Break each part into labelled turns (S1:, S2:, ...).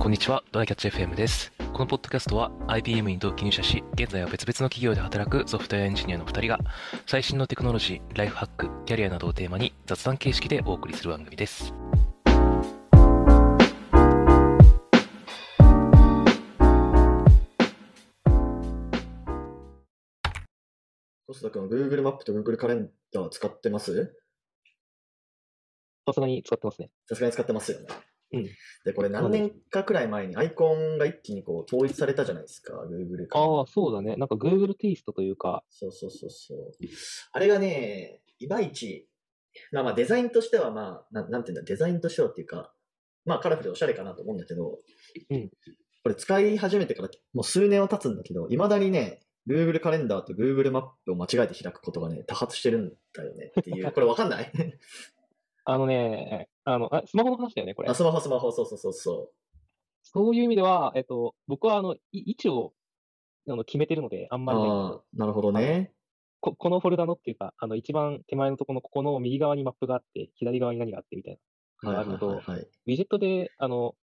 S1: こんにちは、ドライキャッチ FM です。このポッドキャストは IBM に同期入社し、現在は別々の企業で働くソフトウェアエンジニアの2人が、最新のテクノロジー、ライフハック、キャリアなどをテーマに雑談形式でお送りする番組です。
S2: 細田君は Google マップと Google カレンダー使ってます
S1: さすがに使ってますね。
S2: さすがに使ってますよね。
S1: うん
S2: で、これ何年かくらい前にアイコンが一気にこう統一されたじゃないですか、Google カレンダー。
S1: あ、そうだね。なんか Google テイストというか、
S2: そうそうそうそう。あれがね、いまいち、まあまあデザインとしてはまあ、なんなんていうんだ、デザインとしてはっていうか、まあカラフルでおしゃれかなと思うんだけど、
S1: うん
S2: これ使い始めてからもう数年は経つんだけど、いまだにね、Google カレンダーと Google マップを間違えて開くことがね、多発してるんだよねっていう、これわかんない
S1: あのね、あの、あスマホの話だよね、これ
S2: あ、。スマホ、スマホ、そうそうそうそ
S1: そういう意味では、えっと、僕はあの、い位置をあの決めてるので、あん
S2: う。
S1: まりね、
S2: ああ、なるほどね。
S1: こ、このフォルダのっていうか、あの、一番手前のところのここの右側にマップがあって、左側に何があってみたいな。
S2: はいはい
S1: なるほど
S2: はいはい。
S1: ウィジェットで、あの、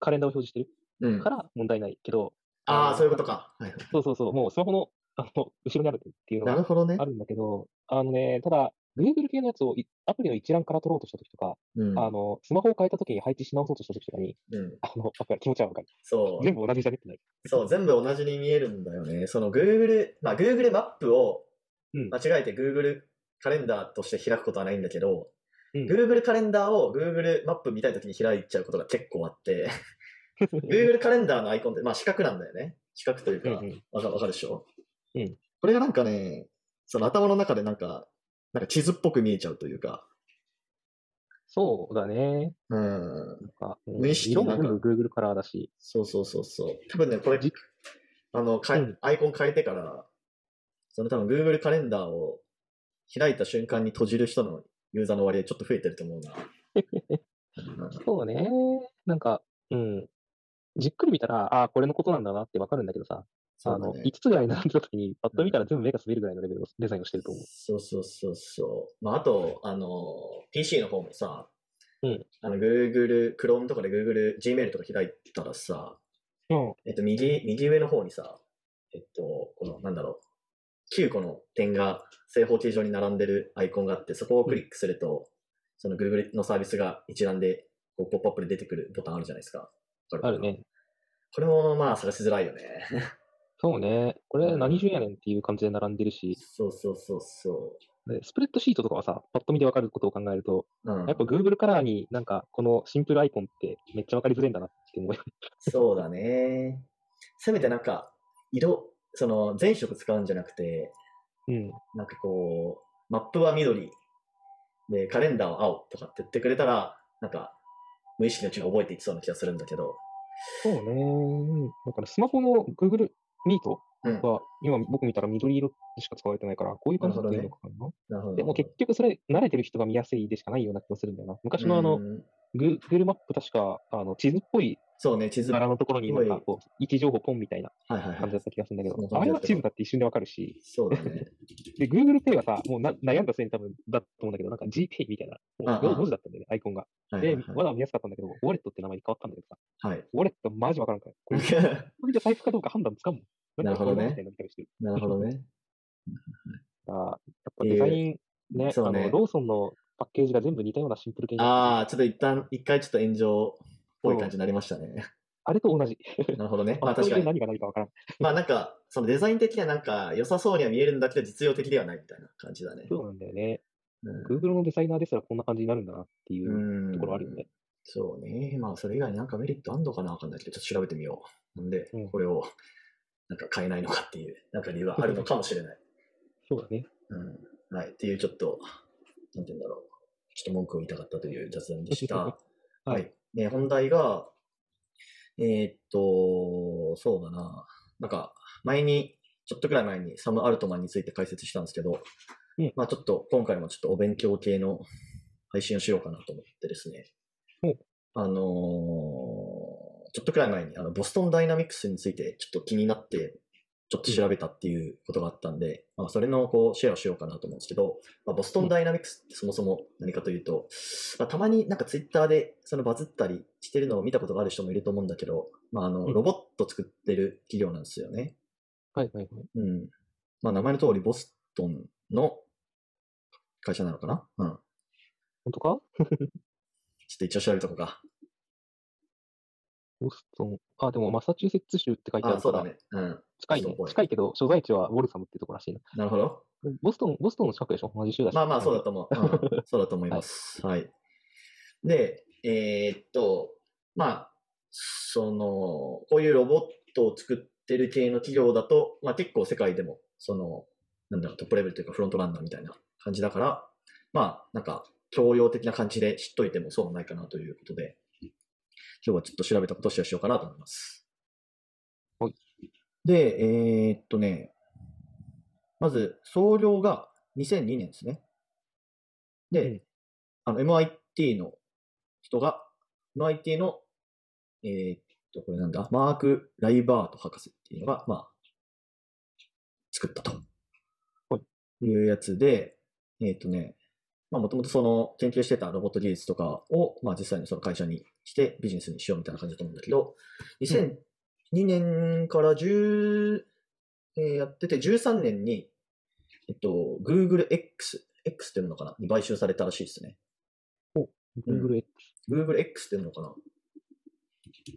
S1: カレンダーを表示して
S2: うん
S1: るか。ら問題ないけど、
S2: ああ、そういうことか。はいはい
S1: そうそうそう、もうスマホの、あの、後ろにあるっていうの
S2: な
S1: が
S2: るほどね
S1: あ。るんだけど、あのね、ただ、Google 系のやつをいアプリの一覧から取ろうとしたときとか、
S2: うん。
S1: あの、スマホを変えたときに配置し直そうとしたときとかに、
S2: うん。
S1: あの、わかる、気持ちはわかる。
S2: そう。
S1: 全部同じじゃねってなる。
S2: そう、全部同じに見えるんだよね。その Google、まあ Google マップを
S1: うん
S2: 間違えて Google カレンダーとして開くことはないんだけど、
S1: うん
S2: Google カレンダーを Google マップ見たいときに開いちゃうことが結構あ って、Google カレンダーのアイコンって、まあ四角なんだよね。四角という
S1: う
S2: か、
S1: んうん
S2: わかわかるでしょ
S1: うん
S2: これがなんかね、その頭の中でなんか、なんか地図っぽく見えちゃうというか、
S1: そうだね。
S2: うん、
S1: なんか、うん
S2: 無意識
S1: 色
S2: に
S1: も
S2: なんか
S1: 全部 Google カラーだし、
S2: そうそうそうそう。多分ね、これ、
S1: じ
S2: あの、かい
S1: うん
S2: アイコン変えてから、その多分 Google カレンダーを開いた瞬間に閉じる人のユーザーの割合ちょっと増えてると思 うな。うん
S1: そうね。なんか、うん。じっくり見たら、ああー、これのことなんだなってわかるんだけどさ、
S2: そ
S1: あ
S2: うだ
S1: の、
S2: ね
S1: 5つぐらい並んだ時に、パッと見たら全部目が滑るぐらいのレベルのデザインをしてると思う。
S2: そうそうそうそう。まあ、あと、あの、PC の方もさ、
S1: うん
S2: あの Google、Chrome とかで Google、Gmail とか開いたらさ、
S1: うん。
S2: えっと、右、右上の方にさ、えっと、この、なんだろう、9個の点が正方形状に並んでるアイコンがあって、そこをクリックすると、その Google のサービスが一覧で、こう、ポップアップで出てくるボタンあるじゃないですか。わかるか
S1: あ
S2: な
S1: る。ね。
S2: これも、まあ、探しづらいよね。
S1: そうね。こ
S2: う
S1: れ
S2: ん
S1: 何十やねんっていう感じで並んでるし、
S2: そうそうそうそ
S1: でスプレッドシートとかはさ、パッと見てわかることを考えると、
S2: う。うん
S1: やっ。ぱ Google カラーになんか、このシンプルアイコンってめっちゃわかりづらいんだなって思う。
S2: そうだね。せめてなんか、色、その、全色使うんじゃなくて、
S1: うん。
S2: なんかこう、マップは緑、で、カレンダーは青とかって言ってくれたら、なんか、無意識のうちに覚えていきそうな気がするんだけど、
S1: そうね。うんだからスマホの Google Meet
S2: うん、
S1: は、今僕見たら緑色でしか使われてないから、こういう感じでいいのかな。
S2: なるほど。
S1: でも結局それ、慣れてる人が見やすいでしかないような気がするんだよな。昔のあ
S2: う
S1: の、
S2: ん
S1: Goo- Google マップ確か、あの、地図っぽい
S2: そうね、地図、はい
S1: 柄のところになん
S2: は
S1: か
S2: い
S1: こう、位置情報ポンみたいな
S2: はいは
S1: 感じだ
S2: い。
S1: った気がするんだけど
S2: そんな、感
S1: あ
S2: じ
S1: れ
S2: だ
S1: は
S2: った
S1: 地図だって一瞬でわかるし、
S2: そうだね。
S1: で、Google Pay はさ、もうな悩んだ末に多分だと思うんだけど、なんか GPay みたいな、
S2: ああ
S1: もう文字だったんだよね、アイコンが。
S2: はい
S1: で、
S2: はいは
S1: まだ見やすかったんだけど、ウォレットって名前に変わったんだけどさ、
S2: い。
S1: ウォレットマジわからんから、これ、 こ
S2: は い
S1: れで財布かどうか判断つかんもん。んかこれだ
S2: なるほどね
S1: みたいな見たりしてる。
S2: なるほどね。
S1: あーやっぱデザイン、ね、あ
S2: そうね
S1: の、ローソンのパッケージが全部似たようなシンプル系に
S2: ああ、ちょっと一旦、一回ちょっと炎上っぽい感じになりまし たね。
S1: あれと同じ。
S2: なるほどね。
S1: ま
S2: まあ
S1: あ、こ
S2: 確
S1: れで
S2: か
S1: 何
S2: に。
S1: が何かわからん。
S2: まあなんか、そのデザイン的にはなんか良さそうには見えるんだけど、実用的ではないみたいな感じだね。
S1: そうなんだよね。
S2: うん
S1: Google のデザイナーですらこんな感じになるんだなっていう
S2: うん
S1: ところあるよね。
S2: そうね。まあ、それ以外になんかメリットあんのかなわかんないけど、ちょっと調べてみよう。なんで
S1: うん、
S2: これを、なんか買えないのかっていう、なんか理由はあるのかもしれない。
S1: そうだね。
S2: うん。はい。っていう、ちょっと、なんて言うんだろう。ちょっと文句を言いたかったという雑談でした。
S1: い
S2: はい。ね、本題が、えーっと、そうだな。なんか、前に、ちょっとくらい前にサム・アルトマンについて解説したんですけど、
S1: うん
S2: まあちょっと今回もちょっとお勉強系の配信をしようかなと思ってですね。
S1: うん
S2: あのーちょっとくらい前にあのボストンダイナミクスについてちょっと気になって、ちょっと調べたっていうことがあったんで、まあ、それのこうシェアをしようかなと思うんですけど、まあ、ボストンダイナミクスってそもそも何かというと、まあ、たまになんかツイッターでそのバズったりしてるのを見たことがある人もいると思うんだけど、まあ、あの
S1: うん
S2: ロボット作ってる企業なんですよね。
S1: はいはいはい。
S2: うん。まあ、名前の通り、ボストンの会社なのかなうん。
S1: 本当か
S2: ちょっと一応調べとこうか。
S1: ボストン。あ、でもマサチューセッツ州って書いてあるか
S2: あ、
S1: ら、
S2: そうだね。うん。
S1: 近い
S2: ボストン
S1: ね
S2: っぽ。い
S1: 近いけど、所在地はウォルサムってとこらしいな。
S2: なるほど。
S1: ボストン、ボストンの近くでしょ同じ州だし。
S2: まあまあ、そうだと思う。 うん、そうだと思います。はい。で、えーっと、まあ、その、こういうロボットを作ってる系の企業だと、まあ結構世界でも、その、なんだろう、トップレベルというかフロントランナーみたいな感じだから、まあ、なんか、教養的な感じで知っといてもそうもないかなということで、今日はちょっと調べたことをシェアしようかなと思います。
S1: はい。
S2: で、えーっとね、まず、創業が2002年ですね。で、
S1: うん
S2: あの、MIT の人が、MIT の、えーっと、これなんだ、マーク・ライバート博士っていうのが、まあ、作ったと。。
S1: はい
S2: いうやつで、えーっとね、まあ、もともとその研究してたロボット技術とかを、まあ、実際にその会社にしてビジネスにしようみたいな感じだと思うんだけど、2002年から10、えーやってて、13年に、えっと、Google X、X っていうのかなに買収されたらしいですね。
S1: Google X
S2: Google X っていうのかな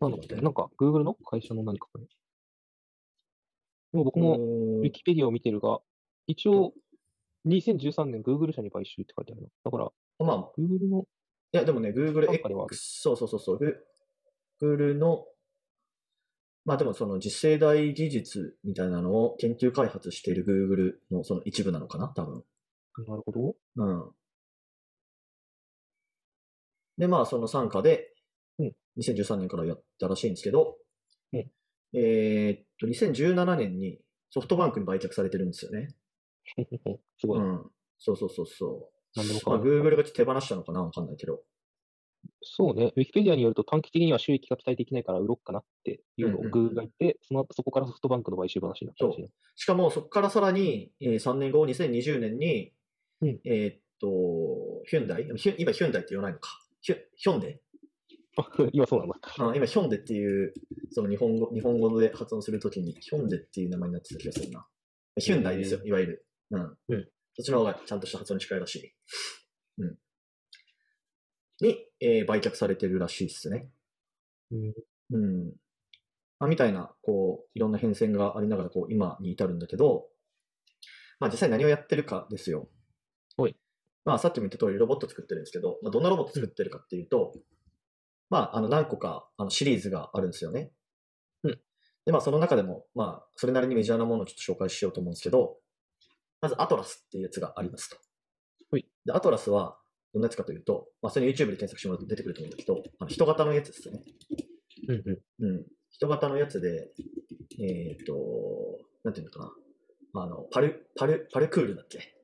S1: なので、なんか Google の会社の何かこれ。でも僕も
S2: う
S1: Wikipedia を見てるが、一応2013年 Google 社に買収って書いてあるな。だから
S2: ーんまあ、
S1: Google の、
S2: いや、でもね、Google
S1: なんかではある
S2: X、そうそうそうそう、グ Google の、まあでもその次世代技術みたいなのを研究開発している Google のその一部なのかな多分。
S1: なるほど。
S2: うん。で、まあ、その傘下で
S1: うん、
S2: 2013年からやったらしいんですけど、
S1: うん
S2: えーっと、2017年にソフトバンクに売却されてるんですよね。
S1: すごい。
S2: うん。そうそうそうそ
S1: なんでも
S2: う。
S1: か
S2: ま
S1: ん
S2: あ、
S1: でも
S2: Google が手放したのかなわかんないけど。
S1: そうね。Wikipedia によると短期的には収益が期待できないから売ろっかなっていうのを
S2: うんうん
S1: Google が言って、その後そこからソフトバンクの買収話になったらしいな。
S2: しかも、そこからさらに、えー3年後、2020年に、
S1: うん
S2: えーっと、ヒュンダイヒュン今ヒュンダイって言わないのか。ヒュンヒョンデ
S1: あ 今そうなんだ。
S2: あ今、ヒョンデっていう、その日本語、日本語で発音するときに、ヒョンデっていう名前になってた気がするな。ヒュンダイですよ、いわゆる。うん。
S1: うん
S2: そっちの方がちゃんとした発音に近いらしい。うん。に、えー売却されてるらしいですね。
S1: うん
S2: うん。まあ、みたいな、こう、いろんな変遷がありながら、こう、今に至るんだけど、まあ、実際何をやってるかですよ。
S1: はい。
S2: まあ、さっきも言った通り、ロボット作ってるんですけど、まあ、どんなロボット作ってるかっていうと、まあ、あの、何個か、あの、シリーズがあるんですよね。
S1: うん。
S2: で、まあ、その中でも、まあ、それなりにメジャーなものをちょっと紹介しようと思うんですけど、まず、アトラスっていうやつがありますと。
S1: はい。
S2: で、アトラスは、どんなやつかというと、まあ、それに YouTube で検索してもらうと出てくると思うんだけど、あの人型のやつですよね。
S1: うんうん。
S2: うん、人型のやつで、えっ、と、なんていうのかな。あの、パル、パル、パルクールだっけ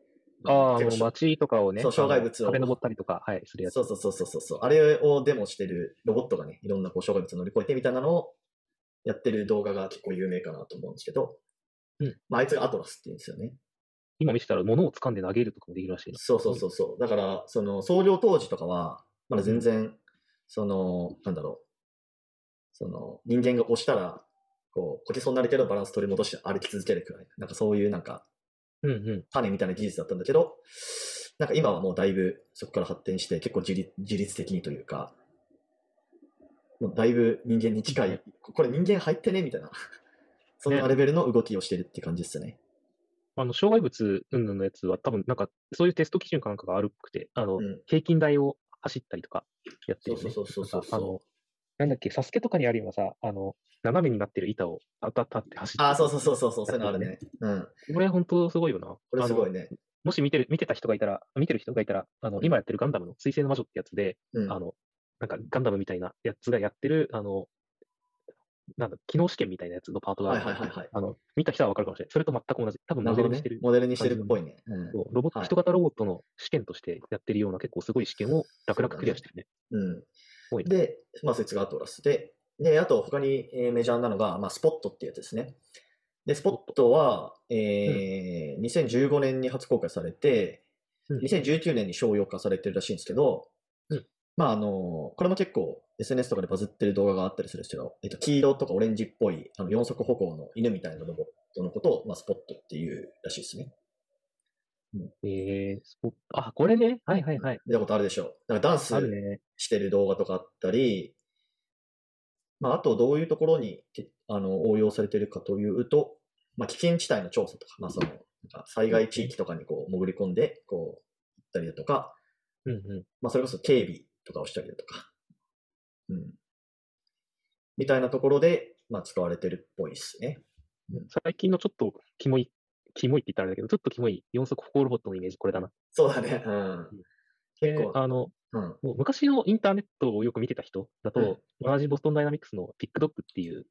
S1: ああ、も
S2: 結
S1: う
S2: 構
S1: 街とかをね、
S2: そう障害物を
S1: あの壁登ったりとか、はい、するやつ。
S2: そうそうそうそうそうそう。あれをデモしてるロボットがね、いろんなこう障害物を乗り越えてみたいなのをやってる動画が結構有名かなと思うんですけど、
S1: うん
S2: まあ、あいつがアトラスって言うんですよね。
S1: 今見てたら物を掴んで投げるとかもできるらしいな。
S2: そうそうそうそう。だから、その、創業当時とかは、まだ全然、その、なんだろう。その、人間が押したら、こう、こけそうになるけど、バランス取り戻して歩き続けるくらい。なんかそういう、なんか、
S1: うんうん。
S2: 種みたいな技術だったんだけど、なんか今はもうだいぶそこから発展して、結構自立自律的にというか、もうだいぶ人間に近い、これ人間入ってねみたいな、 そんなレベルの動きをしてるって感じですね。
S1: あの、障害物云々のやつは多分なんか、そういうテスト基準かなんかがあるくて、あの、
S2: うん。
S1: 平均台を走ったりとかやってる、ね。
S2: そうそうそうそうそう
S1: なんかあの、なんだっけ、サスケとかにあるようなさ、あの、斜めになってる板を当たったって走って。
S2: ああ、そうそうそうそう、そういうのあるね。 うん。
S1: これ本当すごいよな。
S2: これすご
S1: あ
S2: い
S1: の
S2: ね。
S1: もし見てる、見てた人がいたら、見てる人がいたら、あの、今やってるガンダムの水星の魔女ってやつで、
S2: うん
S1: あ。の、なんかガンダムみたいなやつがやってる、あの、なんだ、機能試験みたいなやつのパートがあるんだけど
S2: はいはいはいはい
S1: あの、見た人はわかるかもしれない。それと全く同じ。多分
S2: な
S1: モ
S2: る
S1: デ
S2: ほど
S1: ルに
S2: ね
S1: してる。。
S2: モデルにしてるっぽいね。うん
S1: そうロボット
S2: はい
S1: 人型ロボットの試験としてやってるような結構すごい試験を楽々クリアしてるね。
S2: う
S1: 多
S2: ん、
S1: い
S2: で、まあ、そいつがアトラスで、で、あと他にえーメジャーなのが、まあ、スポットってやつですね。で、スポットは、えー2015年に初公開されて、
S1: うん
S2: 2019年に商用化されてるらしいんですけど、
S1: うん
S2: まあ、あの、これも結構 SNS とかでバズってる動画があったりするんですけど、えっと、黄色とかオレンジっぽい、あの、四足歩行の犬みたいなロボットのことを、まあ、スポットっていうらしいですね。
S1: えー、スポット。あ、これね。はいはいはい。
S2: 見たことあるでしょう。なんかダンス
S1: あるね。
S2: してる動画とかあったり、まあ、あとどういうところにてあの応用されてるかというと、まあ、危険地帯の調査とか、まあ、そのなんか災害地域とかにこう潜り込んでこう行ったりだとか、
S1: うんう
S2: まあ、それこそ警備とかをしたりだとか、うん、みたいなところで、まあ、使われてるっぽいですね。
S1: ん。最近のちょっと、キモい、キモいって言ったらあれだけど、ちょっとキモい四足歩行ロボットのイメージ、これだな。
S2: そうだね。うん、
S1: で
S2: 結構、
S1: あの、
S2: うん、
S1: もう昔のインターネットをよく見てた人だと、
S2: うん
S1: 同じボストンダイナミクスの TikTok っていう、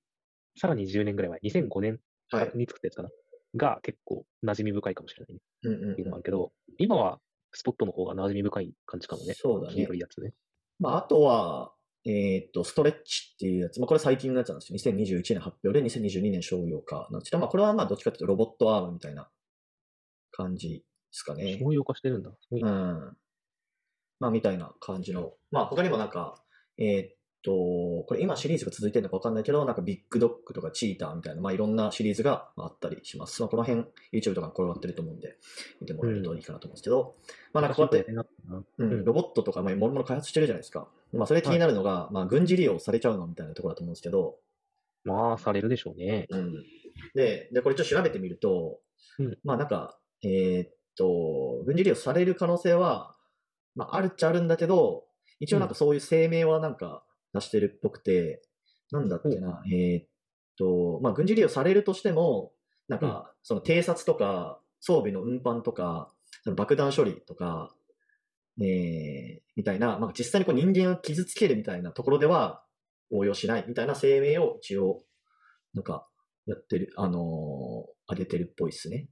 S1: さらに10年ぐらい前、2005年
S2: はい。
S1: に作ったやつかな、が結構馴染み深いかもしれないね
S2: うんうん
S1: っていうのがあるけど、今はスポットの方が馴染み深い感じかもね。
S2: そうだね
S1: 黄色いやつね。
S2: まあ、あとは、えーっと、ストレッチっていうやつ。まあ、これ最近のやつなんですよ。2021年発表で2022年商用化なんですけど、まあ、これはまあ、どっちかというとロボットアームみたいな感じですかね。
S1: 商用化してるんだ。そう
S2: うん。まあ、みたいな感じの。まあ、他にもなんか、えーっと、これ今シリーズが続いてるのかわかんないけど、なんかビッグドッグとかチーターみたいな、まあ、いろんなシリーズがまああったりします。まあ、この辺、YouTube とかに転がってると思うんで、見てもらえるといいかなと思うんですけど、まあ、なんかこうやって、
S1: 昔よくやってなかった
S2: う
S1: なうん
S2: ん、ロボットとか、まあ、もろもろ開発してるじゃないですか。まあ、それ気になるのが、まあ、軍事利用されちゃうのみたいなところだと思うんですけど、
S1: まあ、されるでしょうね。
S2: うん、で、で、これちょっと調べてみると、
S1: うん
S2: まあ、なんか、えーっと、軍事利用される可能性は、まあ、あるっちゃあるんだけど、一応なんかそういう声明はなんか出してるっぽくて、なんだっけな、えーっと、まあ、軍事利用されるとしても、なんか、その偵察とか、装備の運搬とか、その爆弾処理とか、えーみたいな、まあ、実際にこう人間を傷つけるみたいなところでは応用しないみたいな声明を一応、なんか、やってる、あのー、上げてるっぽいですね。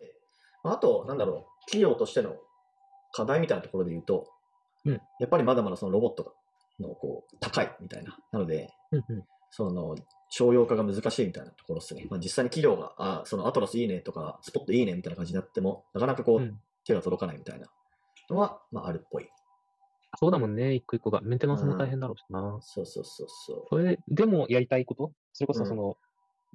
S2: まああと、なんだろう、企業としての課題みたいなところで言うと、
S1: うん
S2: やっぱりまだまだそのロボットのこう高いみたいな。なので、
S1: うんうん
S2: その商用化が難しいみたいなところですね。まあ、実際に企業が、あそのアトラスいいねとか、スポットいいねみたいな感じになっても、なかなかこう、
S1: うん
S2: 手が届かないみたいなのは、まあ、あるっぽい。
S1: そうだもんね、一個一個が。メンテナンスも大変だろうしな。
S2: そうそうそうそ
S1: それでもやりたいことそれこ
S2: う
S1: そ
S2: ん
S1: その、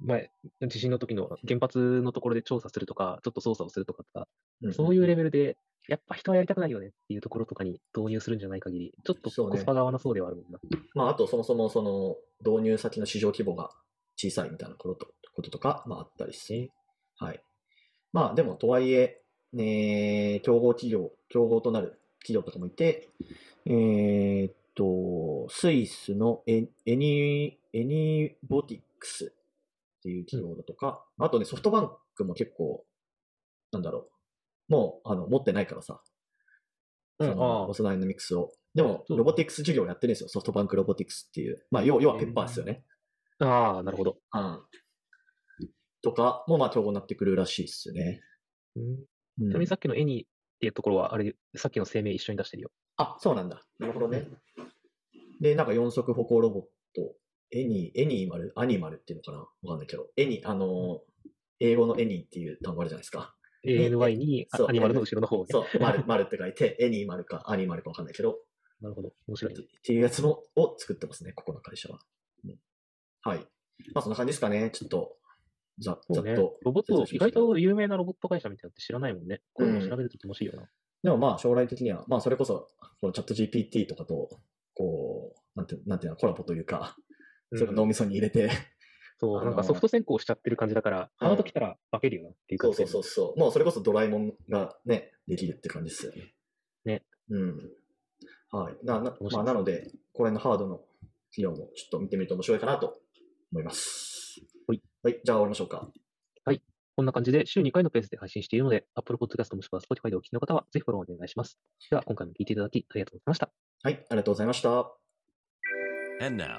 S1: 前、地震の時の原発のところで調査するとか、ちょっと操作をするとかとか、
S2: う。ん
S1: そういうレベルで、やっぱ人はやりたくないよねっていうところとかに導入するんじゃない限り、ちょっと
S2: そう
S1: コ
S2: ね
S1: スパが合わなそうではあるもんな。
S2: まあ、あと、そもそもその導入先の市場規模が小さいみたいなこととこととか、まあ、あったりし、はい。まあ、でも、とはいえ、ね、競合企業、競合となる企業とかもいて、えーっと、スイスのエエニエニボティックスっていう企業だとか、あとね、ソフトバンクも結構、なんだろう、もうあの持ってないからさ、
S1: うん
S2: その
S1: ああ
S2: ボスナイナミクスを。でも、
S1: そう
S2: ロボティクス授業やってるんですよ、ソフトバンクロボティクスっていう。まあ、要要はペッパーですよね。
S1: ああ、なるほど。
S2: うん。とかも、まあ、競合になってくるらしいっすね。
S1: うん
S2: うん
S1: ちなみにさっきの絵にっていうところは、あれ、さっきの声明一緒に出してるよ。
S2: あ、そうなんだ。なるほどね。で、なんか四足歩行ロボット、エニー、エニーマル、アニマルっていうのかなわかんないけど、エニー、あのー英語のエニーっていう単語あるじゃないですか。ね
S1: ANY にあ
S2: そう
S1: アニマルの後ろの方ね
S2: そう、マル、マルって書いて、エニーマルかアニマルかわかんないけど、
S1: なるほど。面白いね。
S2: っていうやつもを作ってますね、ここの会社は。うんはい。まあそんな感じですかね、ちょっと、ざっざ
S1: そ
S2: っ
S1: うね
S2: と。。
S1: ロボッ
S2: ざ
S1: ト
S2: っ、と
S1: 意外と有名なロボット会社みたいなのって知らないもんね。これも調べると楽しいよな。
S2: でもまあ将来的には、まあそれこそ、このチャット GPT とかと、こう、なんて、なんていうの、コラボというか、それを
S1: うん
S2: 脳みそに入れて、
S1: そう、
S2: あ
S1: なんかソフト先行しちゃってる感じだから、
S2: うん
S1: あの時来たら化けるよなっていう感
S2: そう
S1: じ
S2: そう
S1: で。
S2: そうそう。もうそれこそドラえもんがね、できるって感じですよね。
S1: ね。
S2: うん。はい。な、な
S1: 面白いです
S2: まあ、なので、この辺のハードの企業もちょっと見てみると面白いかなと思います。
S1: はい。
S2: はい。じゃあ終わりましょうか。
S1: こんな感じで週2回のペースで配信しているので、Apple Podcast もしくは Spotify でお聞きの方は、ぜひフォローお願いします。では、今回も聞いていただきありがとうございました。
S2: はい。ありがとうございました。
S3: And now,